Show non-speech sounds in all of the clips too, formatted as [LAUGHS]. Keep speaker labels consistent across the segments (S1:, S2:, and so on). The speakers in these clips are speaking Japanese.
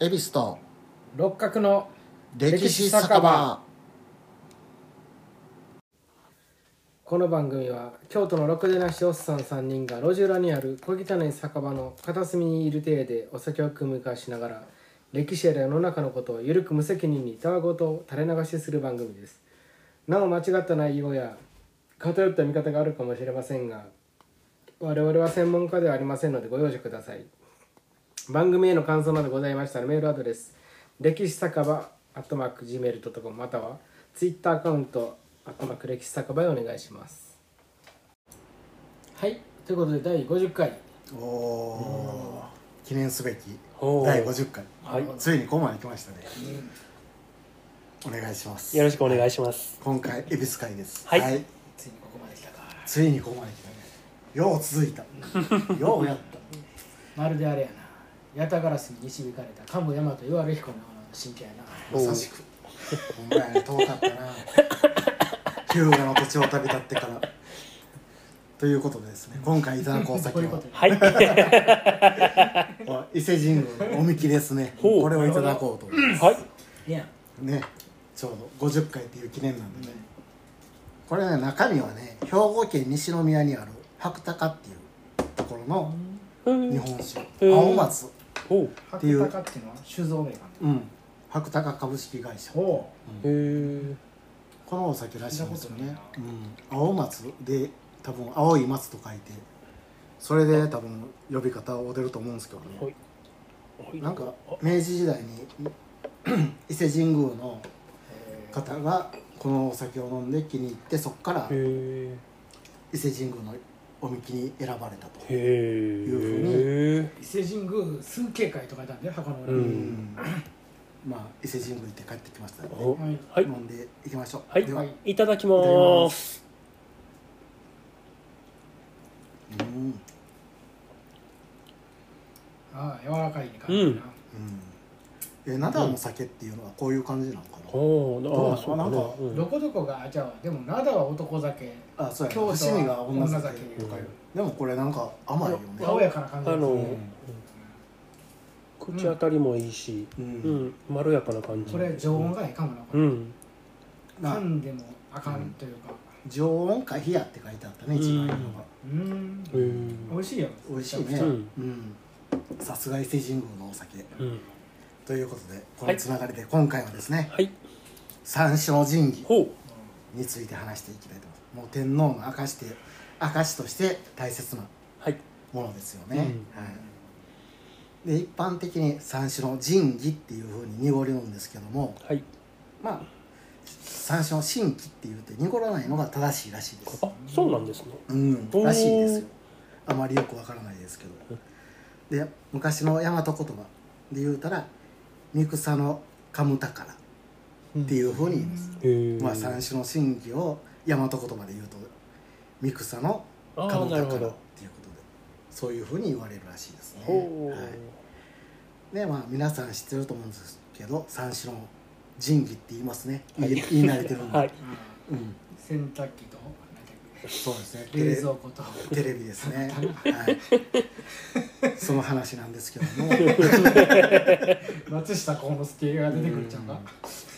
S1: 恵比寿と
S2: 六角の
S1: 歴史酒場
S2: この番組は京都のろくでなしおっさん3人が路地裏にある小汚い酒場の片隅にいる体でお酒を組み交わしながら歴史や世の中のことをゆるく無責任にたわごとを垂れ流しする番組ですなお間違った内容や偏った見方があるかもしれませんが我々は専門家ではありませんのでご容赦ください番組への感想などございましたらメールアドレス歴史酒場アットマーク Gmail.com またはツイッターアカウントアットマーク歴史酒場へお願いしますはいということで第50回
S1: おおー記念すべき
S3: おー
S1: 第50回、
S3: はい
S1: ついにここまで来ましたね、お願いします
S3: よろしくお願いします。
S1: 今回恵比寿会です
S3: はい
S1: ついにここまで来たかついにここまで来
S3: [LAUGHS]
S1: たねよう続いたようやった
S4: まるであれやな八田ガラスに導かれた神武大和岩る彦の神経やな
S1: まさしくほんまやね遠かったな日向の土地を旅立ってからということでですね今回いただくお
S4: こう
S1: 酒
S4: いうこ
S1: は
S4: とや
S3: はい。は
S1: 伊勢神宮のおみきですね
S3: ほう
S1: これをいただこうと思います
S3: い。
S4: いやん
S1: ねちょうど50回っていう記念なんでね、これね中身はね兵庫県西宮にある白鷹っていうところの日本酒、
S3: うん
S1: 青松、
S3: おう。
S1: ていう
S4: 白鷹っていうのは酒造銘柄
S1: うん、白鷹株式会社
S4: ほ
S3: へー
S1: このお酒らしいんですよ
S4: 聞い
S1: ねう
S4: たこ、
S1: ん、青松で多分青い松と書いてそれで多分呼び方を出ると思うんですけどね、
S3: はいはい
S1: なんか明治時代に [CLEARS THROAT] 伊勢神宮の方がこのお酒を飲んで気に入ってそこから
S3: へー
S1: 伊勢神宮のおみきに選ばれたと、
S3: へー
S4: う伊勢神宮数景会とかいたんだよ箱の裏
S3: う
S1: う
S4: に、
S1: んまあ伊勢神宮行って帰ってきましたので、
S3: お
S4: はい
S3: はい
S1: 飲。んでいきましょう、
S3: はい
S1: では、
S4: はい
S3: いただき
S1: いただき
S3: ま。
S1: ますうん
S4: ああ柔らかいに感じるな、
S1: うん、え灘の酒っていうのはこういう感じなのかな、
S3: お
S1: どう
S3: ー
S1: な
S3: あ
S1: の
S3: ー、そう
S1: な
S3: か
S1: んか
S3: ねうん
S4: どこどこがじゃあでも灘は男酒
S1: あそうや
S4: 京都
S1: な
S4: は
S1: 伏見が女酒
S4: 女酒
S1: とかいう
S3: うん
S1: でもこれなんか甘いよ
S4: 青
S1: ね
S4: やかな感じ
S3: あの
S1: う
S3: うん
S1: ん
S3: 口当たりもいいし、
S1: う
S3: うんん、まろやかな感じ。
S4: これ常温がいいかもなこ
S3: う
S4: れ、
S3: ん。
S1: まあ
S4: 噛んでもあかんというか
S1: 常温か冷やって書いてあったね一番いいのが
S4: うん
S3: へー
S4: 美味しいよ
S1: 美味しいね
S3: うん
S1: うんさすが伊勢神宮のお酒
S3: うん。
S1: ということでこ
S3: は
S1: の
S3: い
S1: つながりで今回はですね
S3: はい。
S1: 三種の神器
S3: ほう。
S1: について話していきたいと思いますもう天皇の証して証として大切な
S3: はい。
S1: ものですよね、はい、で一般的に三種の神器っていうふうに濁るんですけども
S3: はい。
S1: まあ三種の神器って言うて濁らないのが正しいらしいです
S3: あ、そうなんですね。
S1: うん
S3: おー
S1: らしいですよあまりよくわからないですけどで昔の大和言葉で言うたら「三草の噛む宝」っていうふうに言います、
S3: へー
S1: まあ三種の神器を大和言葉で言うと「三草の
S3: あ
S1: 噛
S3: ー
S1: む
S3: な
S1: 宝」
S3: る
S1: っていうこと
S3: ほ
S1: で
S3: ど。
S1: そういうふうに言われるらしいですね、
S3: ほ。
S1: はいうねまあ皆さん知ってると思うんですけど三種の神器って言いますね言い言い慣れてるんで、
S3: [LAUGHS] はい。
S1: うん、
S4: 洗濯機となんだっけ
S1: そうですねテレ
S4: 冷蔵庫と
S1: テレビですね、はい、その話なんですけども
S4: 松下幸之助が出てくるちゃうか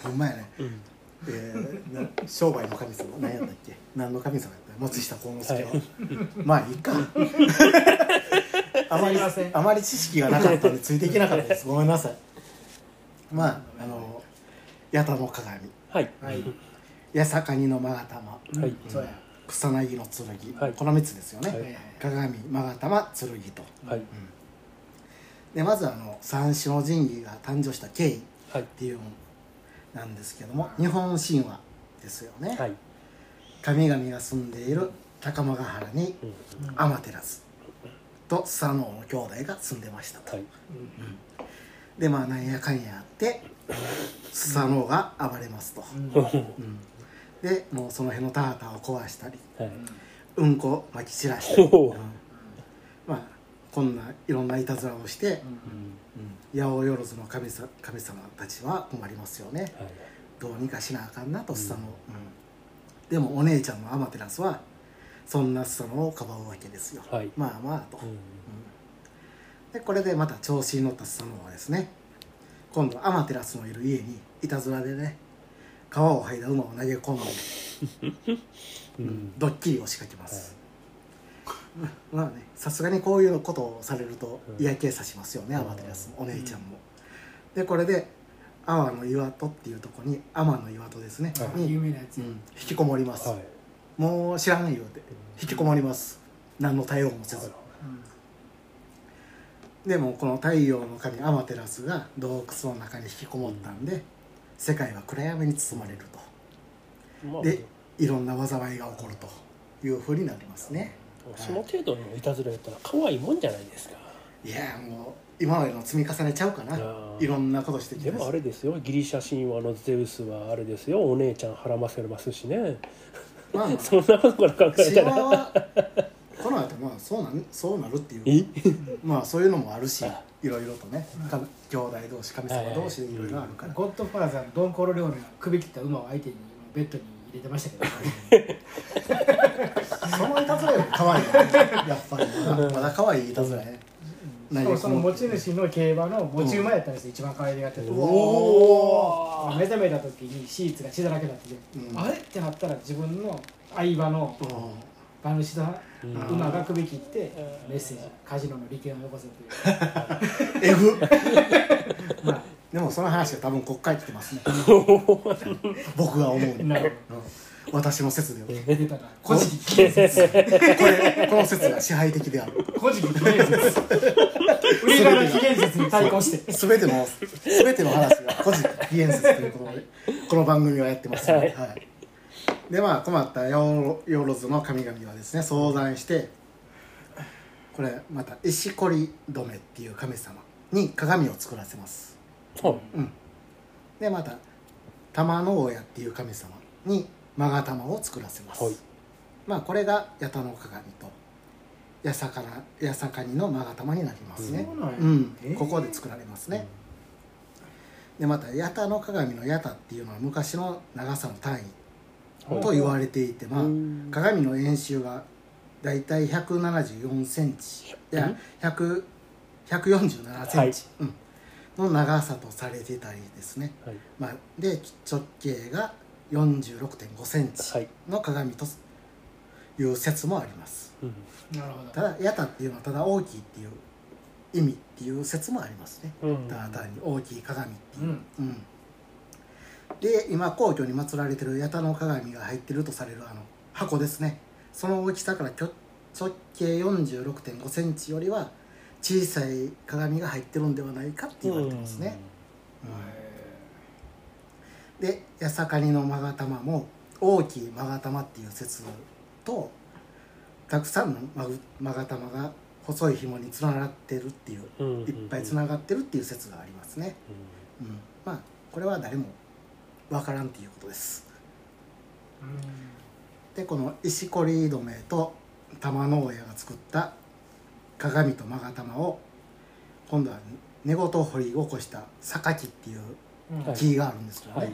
S1: ほんまやね、
S3: うん
S1: えーな商売の神様何やったっけ何の神様やった松下幸之助は、
S3: はい
S1: まあいいかあますり
S4: いません
S1: あまり知識がなかったんでついていけなかったですごめんなさいまああの八田の鏡
S3: はい。
S4: はい
S1: 八坂にの勾玉
S3: はい。
S4: そうや
S1: 草薙の剣、
S3: はい
S1: この3つですよね、
S3: はい
S4: はいはい
S1: 鏡勾玉剣と
S3: はい。
S1: でまずあの三種の神器が誕生した経緯っ
S3: はい。
S1: ていうのなんですけども日本神話ですよね、
S3: はい。
S1: 神々が住んでいる高間ヶ原に
S3: うん
S1: 天照とスサノオの兄弟が住んでましたと、
S3: はい。
S1: でまあなんやかんやあってスサノオが暴れますと、
S4: うん
S1: うんでもうその辺の田畑を壊したり
S3: はい。
S1: うんこ撒き散らしたり、
S3: ほ
S1: うん
S3: う
S1: まあこんないろんないたずらをして、
S3: うん
S1: 八百万の神さ神様たちは困りますよね
S3: はい。
S1: どうにかしなあかんなとスサノオ、うんでもお姉ちゃんのアマテラスはそんなスサノオをかばうわけですよ、
S3: はい。
S1: まあまあと、
S3: うん
S1: でこれでまた調子に乗ったスサノオはですね今度アマテラスのいる家にいたずらでね皮を剥いだ馬を投げ込んで
S3: うん
S1: ドッキリを仕掛けます、まあねさすがにこういうことをされると嫌気さしますよね、
S3: うん
S1: アマテラスもお姉ちゃんも、でこれで阿波の岩戸っていうとこに天の岩戸ですね、
S3: はい
S1: に、
S4: 有名なやつ、
S1: うん引きこもります、
S3: はい
S1: もう知らんよって引きこもります何の対応もせず、
S4: うん
S1: でもこの太陽の神アマテラスが洞窟の中に引きこもったんで、世界は暗闇に包まれると
S3: まあ
S1: でいろんな災いが起こるというふうになりますね
S3: その程度のいたずらやったら可愛いもんじゃないですか
S1: いやーもう今までの積み重ねちゃうかな
S3: あー
S1: いろんなことしてき
S3: で
S1: てま
S3: もあ
S1: す
S3: れですよギリシャ神話のゼウスはあれですよお姉ちゃんはらませますしね
S1: まあまあ
S3: [LAUGHS] そんなことから考え
S1: 神
S3: た
S1: 話
S3: ら
S1: はこの後まあそうなんそうなるっていう
S3: え
S1: まあそういうのもあるし
S3: あ
S1: いろいろとねか兄弟同士神様同士でいろいろあるから
S4: ゴッドファーザーのドン・コロレオネが首切った馬を相手にベッドに入れてましたけど、
S1: そのいたずらより可愛いよねやっぱりまだまだ可愛いいたずらね
S4: しかもその持ち主の競馬の持ち馬やったんですよ、一番可愛いがってた
S1: うわ
S4: あ目覚めた時にシーツが血だらけだってて、
S1: うん
S4: あれってなったら自分の相場の馬主と
S3: うん
S4: 馬が首切ってメッセージカジノの利権をよこせという
S1: えぐでもその話は多分国会来てますね僕が思うに
S4: なる
S1: うん私の説では
S4: 出たな古事記伝説
S1: これこの説が支配的である [LAUGHS]
S4: 古事記記伝説売り場の記念説に対抗して
S1: 全ての全ての話が個人起源説ということでこの番組はやってますので、はい、でまあ困ったヨーロズの神々はですね相談してこれまた石こり止めっていう神様に鏡を作らせます
S3: はい
S1: でまた玉の親っていう神様に勾玉を作らせます、
S3: はい
S1: まあこれが八田の鏡と八坂な八坂にの勾玉になりますね、
S4: そうなんや
S1: うん
S4: えー
S1: ここで作られますね、でまた八田の鏡の八田っていうのは昔の長さの単位と言われていて、まあ、
S3: うん
S1: 鏡の円周がだいたい1 7 4センチいや100 147センチ、うんの長さとされてたりですね、
S3: はい
S1: まあ、で直径が4 6 5セン
S3: は
S1: チ
S3: い
S1: の鏡という説もあります
S3: うん
S4: なるほ
S1: ただ「やた」っていうのはただ大きいっていう意味っていう説もありますね
S3: うん
S1: ただ単に大きい鏡っていうう、
S4: ん
S1: うんで今皇居に祀られてる八田の鏡が入ってるとされるあの箱ですねその大きさからきょ直径4 6 5センチよりは小さい鏡が入ってるんではないかって言われてますね、うんで八坂にの勾玉も大きい勾玉っていう説とたくさんの勾勾玉が細い紐につながってるっていう
S3: うん
S1: いっぱいつながってるっていう説がありますね、
S3: う
S1: うん、まあこれは誰もわからんっていうことですでこの石こり止めと玉の親が作った鏡と勾玉を今度は根ごと掘り起こした榊っていう
S4: うん
S3: はい
S1: 木があるんですけどね、
S3: はい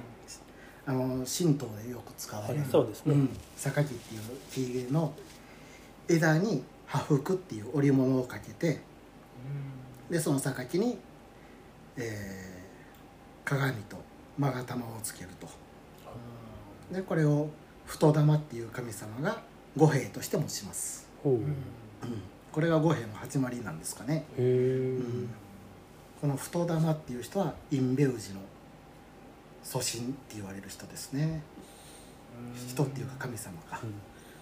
S1: あの神道でよく使われる、
S3: はいそうですね
S1: ん、榊っていう木の枝に破服っていう織物をかけてでその榊に、えー鏡と勾玉をつけるとでこれを太玉っていう神様が五兵としてもします、
S3: んほう
S1: うん、これが五兵の始まりなんですかね、
S3: へえ
S1: うん、この太玉っていう人はインベウジの祖神って言われる人ですね人っていうか神様が、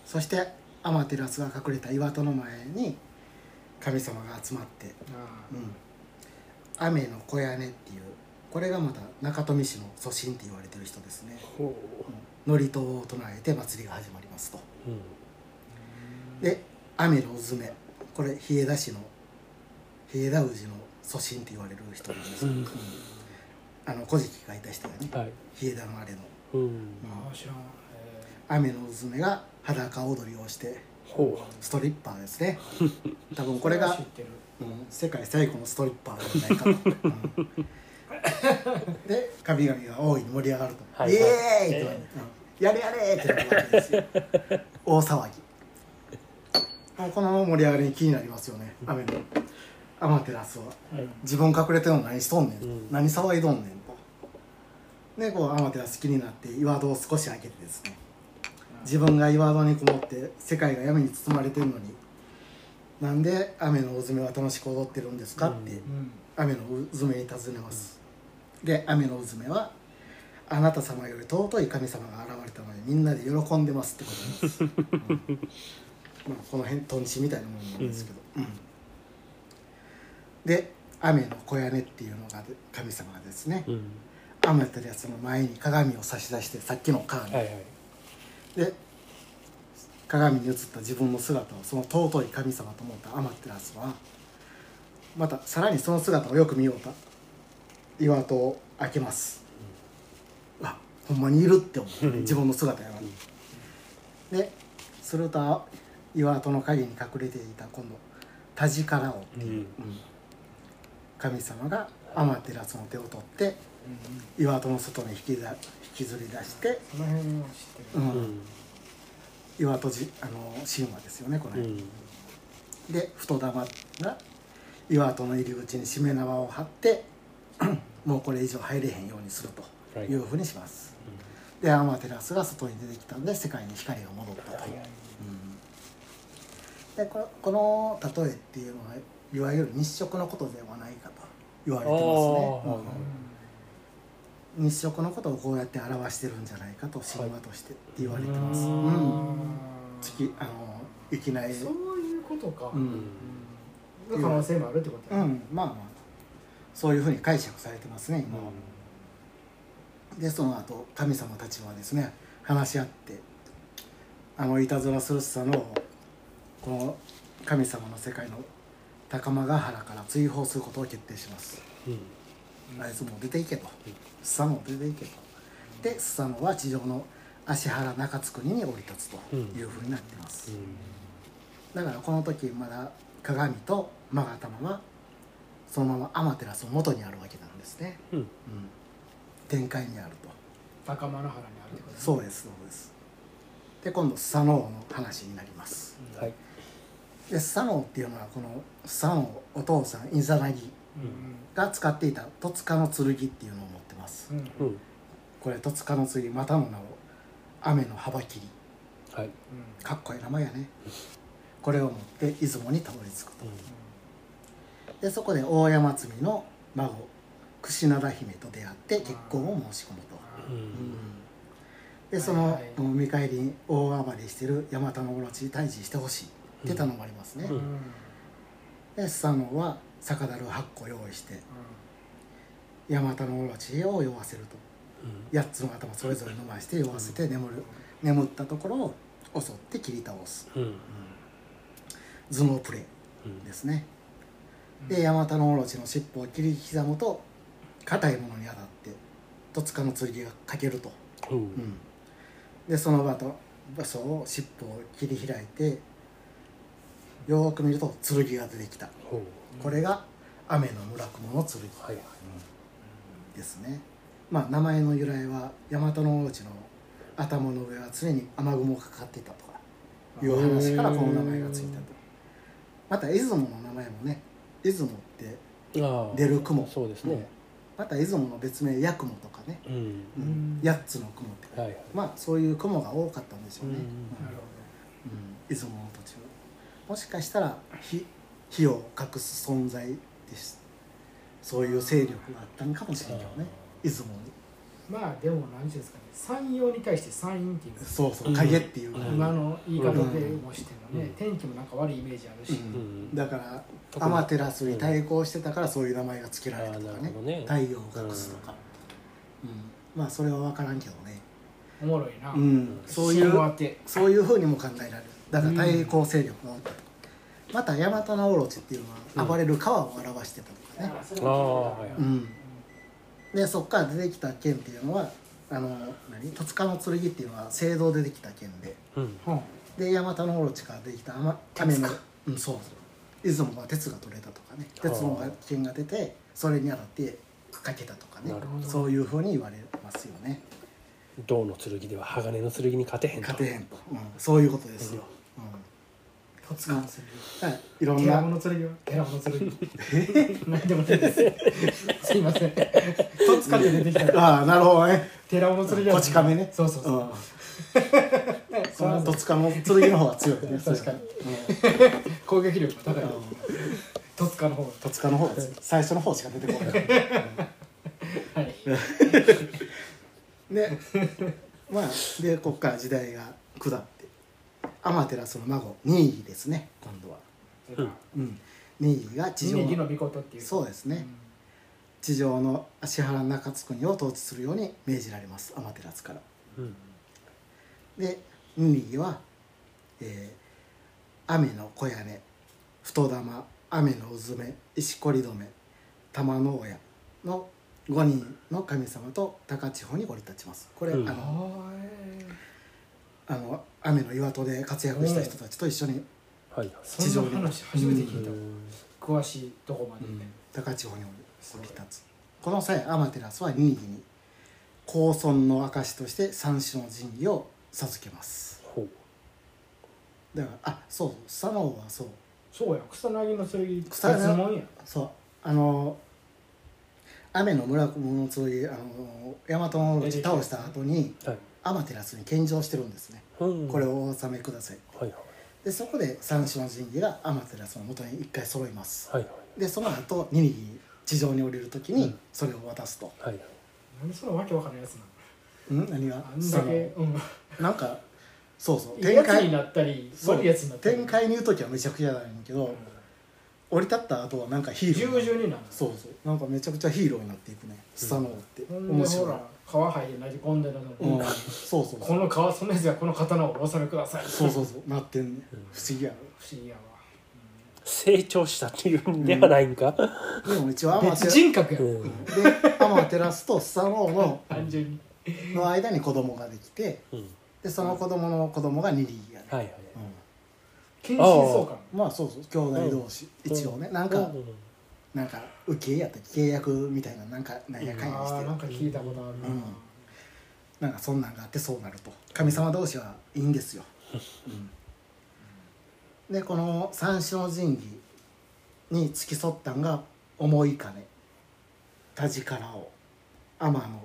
S1: そしてアマテラスが隠れた岩戸の前に神様が集まって、うん、雨の小屋根っていうこれがまた中富市の祖神って言われてる人ですね
S3: ほ
S1: 祝詞を唱えて祭りが始まりますと
S3: ううん
S1: で雨のうずめこれ日枝市の日枝氏の祖神って言われる人なんです、
S3: うん
S1: うんあの古事記がいた人がね
S3: はい
S1: 日枝のあれの、
S3: うん
S1: うん
S4: ああ知らんえ
S1: 雨のうずめが裸踊りをして
S3: ほ
S1: ストリッパーです
S3: [LAUGHS]
S1: ね多分
S4: ー
S1: これが
S4: 知ってる
S1: うん世界最古のストリッパーじゃないかと、うん
S3: [LAUGHS]
S1: で神々が大いに盛り上がると「
S3: はい
S1: イエーイ!」ってなる、うんやれやれ!」ってなるわけですよ大騒ぎもうこの盛り上がり気になりますよね雨のアマテラスは
S3: はい
S1: 自分隠れてるの何しとんねん、
S3: うん
S1: 何騒いどんねんとでこうアマテラス気になって岩戸を少し開けてですね自分が岩戸にこもって世界が闇に包まれてるのになんで雨のうずめは楽しく踊ってるんですかって、
S3: うん
S4: うん
S1: 雨のうずめに尋ねます、で雨のうずめはあなた様より尊い神様が現れたのでみんなで喜んでますってことです、うんまあ、この辺とんちみたいなものなんですけど、うんで雨の小屋根っていうのがで神様がですね
S3: うん
S1: 雨てるやつの前に鏡を差し出してさっきの鏡、
S3: はいはい
S1: で鏡に映った自分の姿をその尊い神様と思ったアマテラスはまたさらにその姿をよく見ようと岩戸を開けます、あほんまにいるって思う、
S3: うん
S1: 自分の姿やな、ですると岩戸の陰に隠れていた今度タジカラオっていう、うん神様がアマテラスの手を取って岩戸の外に引きだ引きずり出して、
S4: その辺を知って
S1: う
S4: る
S1: ん
S3: うん
S1: 岩戸じあの神話ですよねこの
S3: う
S1: 辺、
S3: ん
S1: で太玉が岩戸の入り口にしめ縄を張って [CLEARS THROAT] もうこれ以上入れへんようにすると
S3: はい
S1: いうふうにします、でアマテラスが外に出てきたんで世界に光が戻ったと、うんでここの例えっていうのはいわゆる日食のことではないかと言われてますね
S3: あー、
S1: うん日食のことをこうやって表してるんじゃないかと神話としてって言われてます、
S3: う
S1: う
S3: ー
S1: ん、
S4: 月
S1: 月あの雪な絵
S4: そういうことか
S1: う
S4: うん
S1: ん
S4: 可能性もあるってこと
S1: う
S4: やね
S1: んまあまあそういうふうに解釈されてますね今は、でその後神様たちはですね話し合ってあのいたずらするさのこの神様の世界の高間ヶ原から追放することを決定します
S3: うん
S1: あいつもう出ていけとスサノオ出ていけとでスサノオは地上の芦原中津国に降り立つというふうになってます、だからこの時まだ鏡と勾玉はそのままアマテラスの元にあるわけなんですね、
S3: うんうん
S1: うん、展開にあると
S4: 高間の原にあるってこと
S1: そうですそうですで今度スサノオの話になります
S3: はい
S1: でスサノオっていうのはこのスサノオお父さんイザナギ
S4: う
S1: が使っていた戸塚の剣っていうのを持ってます
S4: んうん
S3: う
S4: うん
S3: ん
S1: これ戸塚の剣またの名を雨の幅切り
S3: はい
S1: かっこいい名前やねこれを持って出雲にたどり着くとでそこで大山積の孫櫛灘姫と出会って結婚を申し込むと、
S3: うん
S1: うん
S4: い
S1: でその、
S4: はい
S1: うん見返りに大暴れしてるヤマタノオロチに退治してほしいって頼まれますね、
S3: うん
S4: うん
S1: でスサノオは酒樽8個用意してヤマタノオロチを酔わせると8つの頭それぞれ飲まして酔わせて眠る眠ったところを襲って切り倒す
S3: うんうん
S1: 頭脳プレ
S3: うん
S1: イですね
S4: うん
S1: でヤマタノオロチの尻尾を切り刻むと硬いものに当たって戸塚の剣が欠けると、
S3: うん
S1: うんでその場と場所を尻尾を切り開いてよーく見ると剣が出てきた
S3: ほう
S1: これが雨の村雲の剣
S3: はいはい
S1: ですね、まあ名前の由来はヤマタノオロチの頭の上は常に雨雲がかかっていたとかいう話からこの名前がついたとまた出雲の名前もね出雲って
S3: ああ
S1: 出る雲
S3: そうですね
S1: また出雲の別名八雲とかね、
S3: うん
S1: う
S4: うん
S1: ん、八つの雲って
S3: はいはい
S1: まあそういう雲が多かったんでしょうね、
S3: う
S1: うんん
S4: なるほ
S1: 出雲の土地はもしかしたら火火を隠す存在ですそういう勢力があったのかもしれないけどね出雲に
S4: どまあでも何ていうんですかね山陽に対して山陰っていう
S1: そうそううん影っていうか、
S3: うん
S4: 今の言い方でもしても
S3: う
S4: ね
S3: ん
S4: 天気もなんか悪いイメージあるし
S1: うん
S3: うん
S1: だから
S3: 特
S1: ア
S3: に
S1: マテラスに対抗してたからそういう名前が付けられたと
S3: あ
S1: か
S3: ーなる
S1: ね
S3: ほどね
S1: 太陽を隠すとか、うんまあそれは分からんけどね、
S4: おもろいな
S1: うん、そういう
S4: 神話って
S1: そういうふうにも考えられるだから対抗勢力があったと、またヤマタナオロチっていうのは暴れる川を表してたとかね、
S3: ああはいは
S1: う
S3: い
S1: んでそこから出てきた剣っていうのはあの何戸塚の剣っていうのは聖堂でできた剣で
S3: うん
S4: うん
S1: でヤマタナオロチからできた雨雨の、うん、そう出雲は鉄が取れたとかね鉄の剣が出てそれに当たってかけたとかね
S3: なるほ
S1: そういうふうに言われますよね
S3: 銅の剣では鋼の剣に勝てへんと
S1: 勝てへんと、うん、そういうことですよ、うん
S4: を使わせる
S1: はいいろん
S4: ゲラ
S1: な
S4: モノ剣はゲラモノ剣 [LAUGHS] 何でもないですすいませんとっつかって出てきた
S1: ああなるほどね
S4: テラモノ剣は
S1: こち亀ね
S4: そうそう
S1: う
S4: そうんね
S1: そ
S4: そうな
S1: の
S4: んで
S1: ど
S4: す
S1: つかの剣の方が強いね
S4: 確かに攻撃力が高いとっつかの方が
S1: とつかの方が強い最初の方しか出てこない
S4: はい
S1: でまあでこっから時代が下って天照の孫ニーギですね今度は、うん、ニーギが地
S4: 人
S1: 上
S4: 力の
S1: の
S4: 御事っていう
S1: そうです
S4: う
S1: ね、
S4: ん
S1: 地上の足原中津国を統治するように命じられます天照から
S3: うん
S1: でニーギは、えー雨の小屋根太玉雨のうずめ石こり止め玉の親の5人の神様と高千穂に降り立ちますこれ、
S3: うん
S1: あ
S4: あ
S1: のあ
S4: ー
S1: の雨の岩戸で活躍した人たちと一緒に、
S3: はいはい
S4: そんな話初めて聞いた
S3: うん
S4: 詳しいとこまで
S1: 高千穂に降り立つこの際アマテラスは任意に高尊の証として三種の神器を授けます
S3: ほう
S1: だからあそう佐野はそう
S4: そうや草薙の剣
S1: 草薙
S4: 別物や
S1: そうあの雨の村のそういうあの大和の討ち倒した後に
S3: はい
S1: アマテラスに献上してるんですね、
S3: うん
S1: これをお納めください
S3: はいはい
S1: でそこで三種の神器がアマテラスの元に一回揃います
S3: はい
S1: でその後ニニギ地上に降りる時
S3: う
S1: に
S3: ん
S1: それを渡すと、
S3: はいはい
S4: なんでそのわけわからんやつなの
S1: うん、何が
S4: あんだけうん
S1: そのなんかそうそう
S4: いいや
S1: 展
S4: つ
S1: 開
S4: になったり
S1: そう
S4: 悪いやつになったり
S1: 展開に言う時はめちゃくちゃなんやけど、降り立った後はなんかヒーロ
S4: 従
S1: ー
S4: 順になる
S1: そうそうなんかめちゃくちゃヒーローになっていくねスサノオって、
S4: ほんで
S1: 面白
S4: ほ
S1: い、
S4: ら川入って投げ込んでるの
S1: うん
S4: に、
S1: そうそうそ
S4: こ
S1: う
S4: の川そのやつがこの刀をお納めください
S1: そうそうそうなってんね不思議や
S4: 不思議やわ
S3: 成長したっていうんではないんか、
S1: ろでも一応アマテ
S4: 別
S1: ラ
S4: 人格や
S3: うんん
S1: でアマテラスとスサノオの
S4: 単純に
S1: の間に子供ができて
S3: うん
S1: でその子供の子供がニリーやね、
S3: はいはい
S1: うん
S4: 献身相関
S1: まあそうそう兄弟同士、
S3: うん
S1: 一応ねなんか、なんか受け入れやったっけ契約みたいななんかなんやかんやし
S4: あ
S1: て
S4: ー
S1: る
S4: なんか聞いたことあるな、
S1: うんなんかそんなんがあってそうなると神様同士はいいんですよ、うん、でこの三種の神器に付き添ったんが重い金田力を天の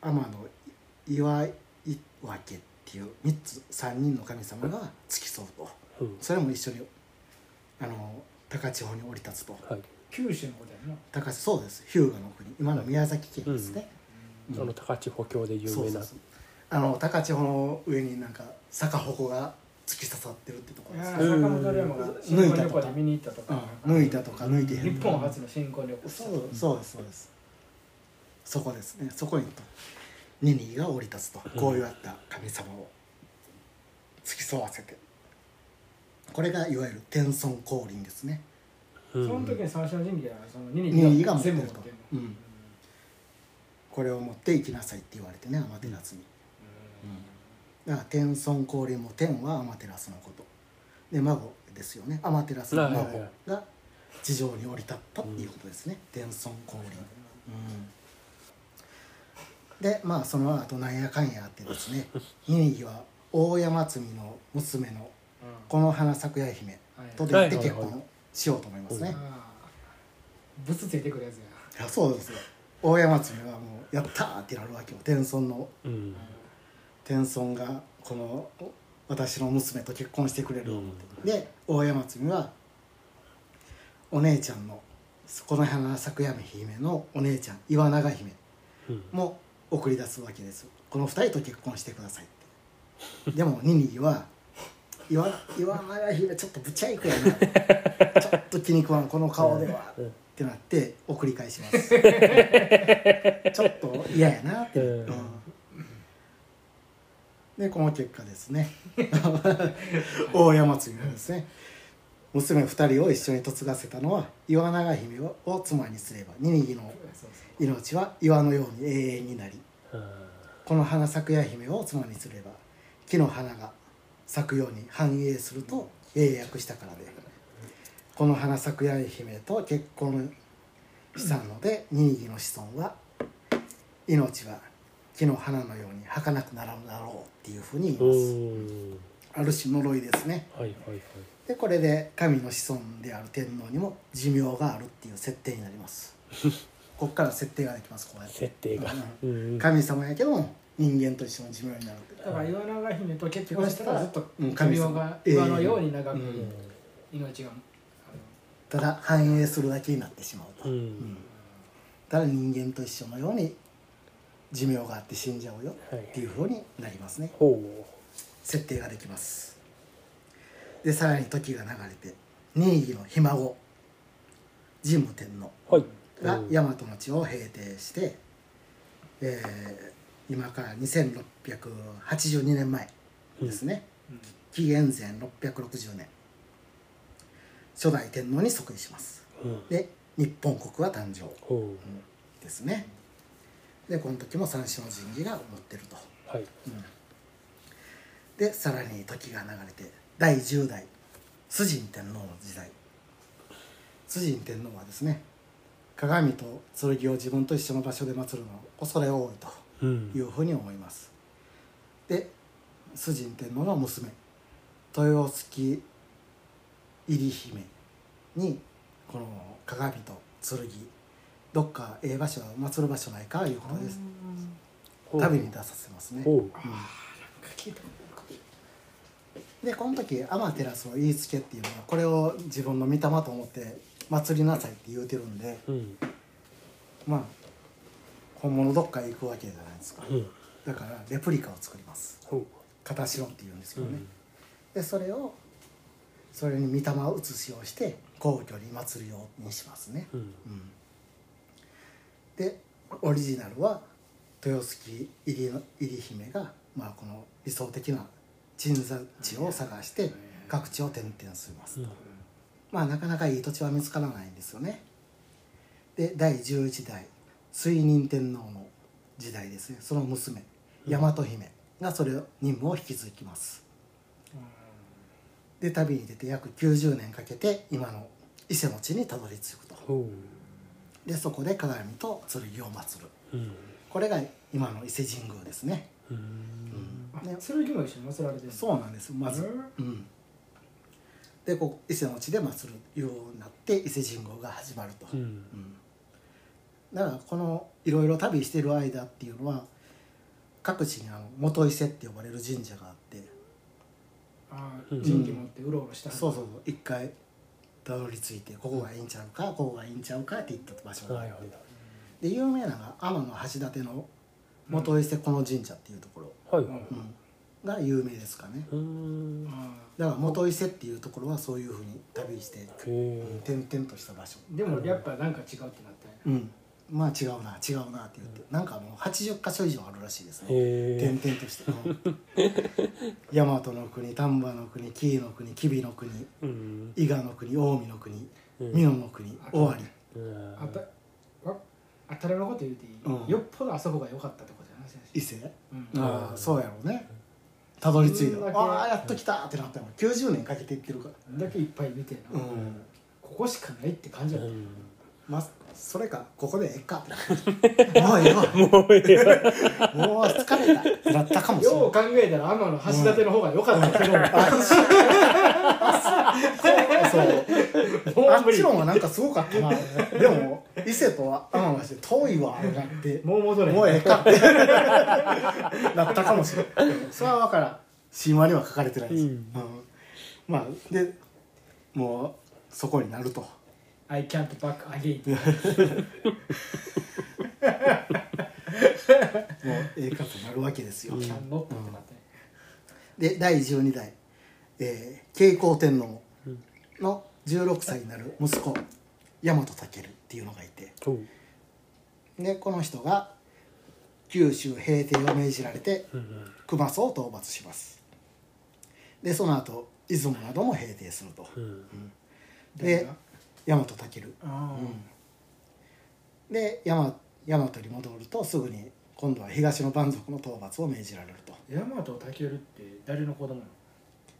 S1: 天の岩分けっていう3つ3人の神様が付き添うと
S3: うんうん
S1: それも一緒にあの高千穂に降り立つと
S3: はい
S4: 九州のことやな
S1: 高千そうです日向の国今の宮崎県ですね、
S3: あの高千穂峡で有名な
S1: そうそうそうあの高千穂の上になんか坂鉾が突き刺さってるってところです
S4: あ
S1: ね、
S4: ー坂本龍馬が新婚旅行で見に行ったとか
S1: うん、抜いたとか抜いてへ
S4: 日
S1: んとか
S4: 本初の新婚旅行
S1: そうそうですそうですそこですねそこにとニニーが降り立つとこういうあった神様を付き添わせてこれがいわゆる天孫降臨ですね
S3: う
S4: その時に三種の神器はその二
S1: ニニ
S4: 人
S1: ーが持って
S4: 全
S1: る
S4: 部
S1: と
S4: 持ってる
S1: うんこれを持って行きなさいって言われてねアマテラスに、うんだから天孫降臨も天はアマテラスのことで孫ですよねアマテラスの
S3: はいはいは
S1: 孫
S3: い
S1: が地上に降り立ったっていうことですね、天孫降臨、うん、でまあその後なんやかんやあってですねニニギは大山積の娘のこの花咲夜姫と
S4: うん
S1: 出会って
S3: はいはい
S1: 結
S3: はい
S1: 婚しようと思いますね、
S4: あーブツついてくるやつや
S1: いやそうですよ大山積はもう「やった!」ってなるわけよ天孫の
S3: うん
S1: 天孫がこの私の娘と結婚してくれ
S3: う
S1: る、
S3: ん
S1: で大山積はお姉ちゃんのこの花咲くやめ姫のお姉ちゃん岩永姫
S3: うん
S1: も送り出すわけですよこの二人と結婚してくださいってでもニニギは岩岩永姫ちょっとぶっちゃいくやな
S3: [LAUGHS]
S1: ちょっと気に食わんこの顔では、
S3: うん
S1: ってなって送り返します
S3: [LAUGHS]
S1: ちょっと嫌やなって、
S3: うん
S1: うんでこの結果です
S3: [LAUGHS]
S1: ね大山次がですね娘2人を一緒に嫁がせたのは岩永姫をを妻にすればニニギの
S4: そうそう
S1: 命は岩のように永遠になり
S3: うん
S1: この花咲くや姫を妻にすれば木の花が咲くように繁栄すると英訳したからでこの花咲くや姫と結婚したので任意の子孫は命は木の花のように儚くならぬだろうっていうふうに言います
S3: うん
S1: ある種呪いですね
S3: はいはいはい
S1: でこれで神の子孫である天皇にも寿命があるっていう設定になります
S3: [LAUGHS]
S1: こっから設定ができますこうやって
S3: 設定が、う
S1: うん
S3: うん
S1: 神様やけども人間と一緒の寿命になるって
S4: だから岩永姫と結婚したらずっと
S1: うん
S4: 寿
S1: 神
S4: 命
S1: 様
S4: が
S1: ええ
S4: 今のように長く
S1: うん
S4: 命が
S1: ただ繁栄するだけになってしまうと、
S3: うん
S1: うんただ人間と一緒のように寿命があって死んじゃうよっていうふうになりますね
S3: ほ
S1: 設定ができますでさらに時が流れて任意のひ孫神武天皇
S3: うはい
S1: が
S3: うん
S1: 大和の地を平定して、えー今から2682年前ですね、
S4: うん
S1: 紀元前660年初代天皇に即位します
S3: うん
S1: で日本国は誕生
S3: ほ
S1: ですねでこの時も三種の神器が持ってると、
S3: うはい
S1: うんでさらに時が流れて第10代崇神天皇の時代崇神天皇はですね鏡と剣を自分と一緒の場所で祀るの恐れ多いと
S3: うん
S1: いうふうに思いますで崇神天皇の娘豊月入姫にこの鏡と剣どっかええ場所祀る場所ないかいうことです
S3: ほう
S1: 旅に出させますね
S3: ほ
S1: でこの時アマテラスの言いつけっていうのはこれを自分の御霊と思って祭りなさいって言うてるんで
S3: ううん
S1: まあ本物どっかへ行くわけじゃないですか
S3: うん
S1: だからレプリカを作ります
S3: ほう
S1: 片白っていうんですけ
S3: う
S1: どね
S3: ん、
S1: でそれをそれに御霊を移しをして皇居に祭るようにしますね、
S3: うん
S1: うんでオリジナルは豊月入りの入姫が、まあ、この理想的な鎮座地を探して各地を転々します、
S3: うん
S1: まあなかなかいい土地は見つからないんですよねで第11代水仁天皇の時代ですねその娘大和姫がそれを任務を引き続きます、で旅に出て約90年かけて今の伊勢の地にたどり着くと
S3: ほ
S1: でそこで鏡と剣を祀る
S3: ううん
S1: これが今の伊勢神宮ですね、
S3: うん
S1: ね
S4: それも一緒に祀られてる
S1: そうなんですまず、うん、でこう伊勢の地で祀るようになって伊勢神宮が始まると、
S3: う
S1: うん
S3: ん
S1: だからこのいろいろ旅してる間っていうのは各地にあの元伊勢って呼ばれる神社があって
S4: ああ
S3: うん
S4: 神器持ってうろうろした
S1: そうそうそう一回たどり着いてここがいいんちゃうかここがいいんちゃうかって言った場所があっ
S3: はい
S1: て
S3: はい
S1: で有名なのが天橋立の元伊勢この神社っていうところ、
S3: はい
S4: うん
S3: はい
S1: うんが有名ですかね
S3: うんへ
S4: ああ
S1: だから元伊勢っていうところはそういうふうに旅して
S3: え
S1: 転々とした場所
S4: でもやっぱなんか違うってなったんや
S1: うんまあ違うな違うなって言ってなんかもう80箇所以上あるらしいですね
S3: へ
S1: 転
S3: え
S1: 々としてうん
S3: [LAUGHS]
S1: 大和の国丹波の国紀伊の国吉備の国
S3: うん
S1: 伊賀の国近江の国
S3: うん
S1: 美濃の国尾張
S3: うん
S4: あたわ当たり前のこと言うていい、
S1: うん
S4: よっぽどあそこが良かったってことじゃない先
S1: 伊
S4: 生
S1: 勢
S4: うん
S1: ああそうやろうねたどり着い
S4: そん
S1: た
S4: だけ
S1: ああやっと来たってなったもん90年かけていってるから
S4: あんだけいっぱい見てな、
S1: うん
S4: ここしかないって感じだった、
S1: まあそれかここでええかってもうええわ
S3: もうええわ
S1: もう疲れたってなったかもしれない
S4: よう考えたら天の橋立の方が良かったけど、
S1: そう。
S4: も
S1: あ
S4: う無
S1: っ
S4: 理
S1: ちの方がなんかすごかったな。でも、伊勢とは天橋で遠いわ、なって。
S4: もう戻れへん
S1: もうええかって。なったかもしれない。それはわからん。神話には書かれてないです。
S3: うん
S1: うんまあ、で、もう、そこになると。
S4: I can't back again
S1: もう、ええかとなるわけですよ。
S4: キャンノットってなったね
S1: で、第12代、えー、慶光天皇の16歳になる息子、大和武っていうのがいて。
S3: ほう
S1: でこの人が九州平定を命じられて
S3: うん
S1: 熊荘を討伐しますでその後出雲なども平定すると
S3: うん
S4: 誰
S1: で
S4: が
S1: 大和武
S4: あ
S1: で大和大和に戻るとすぐに今度は東の蛮族の討伐を命じられると、
S4: あ大和武って誰の子供なの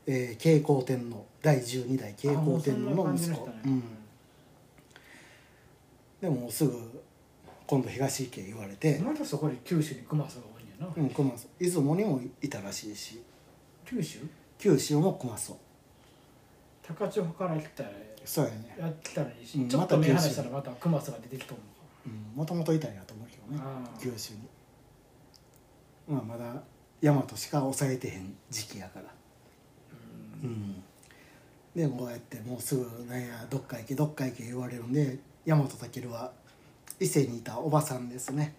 S1: えー慶光天皇第12代慶光天皇の息
S4: あもうそんな感じの人
S1: 子
S4: なんや
S1: うんでももうすぐ今度東池言われて、
S4: またそこで九州に熊さんが多いんやな、
S1: うん、熊荘出雲にもいたらしいし
S4: 九州
S1: 九州も小松を
S4: 高千穂から来たら
S1: そうやね、
S4: やってたらいいし、
S1: うん
S4: ちょっと
S1: また
S4: 目
S1: 九州
S4: 離したらまた熊さんが出てきと思う
S1: うん、もともといたんやと思うけどね
S4: ああ
S1: 九州にまあまだ大和しか抑えてへん時期やからうん、でこうやってもうすぐなんやどっか行けどっか行け言われるんで大和健は伊勢にいたおばさんですね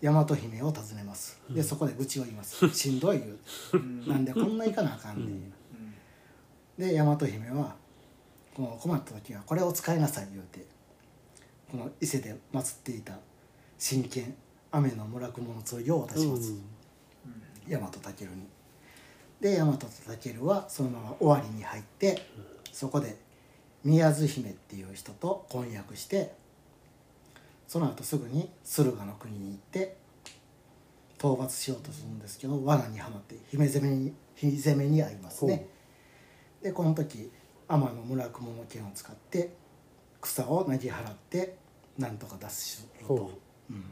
S1: 大和姫を訪ねますでそこで愚痴を言います「しんどい」言う
S4: うん
S1: て
S4: うん
S1: 「なんでこんな行かなあかんねん」
S4: うん
S1: で大和姫はこの困った時はこれを使いなさい言うてこの伊勢で祀っていた神剣雨の村雲の剣を渡します、大和健にで大和健はそのまま尾張に入ってそこで宮津姫っていう人と婚約してその後すぐに駿河の国に行って討伐しようとするんですけど罠にはまって姫攻めに姫攻めに遭いますねでこの時天の村雲の剣を使って草をなぎ払ってなんとか脱出しよう
S3: ほう
S1: と、うん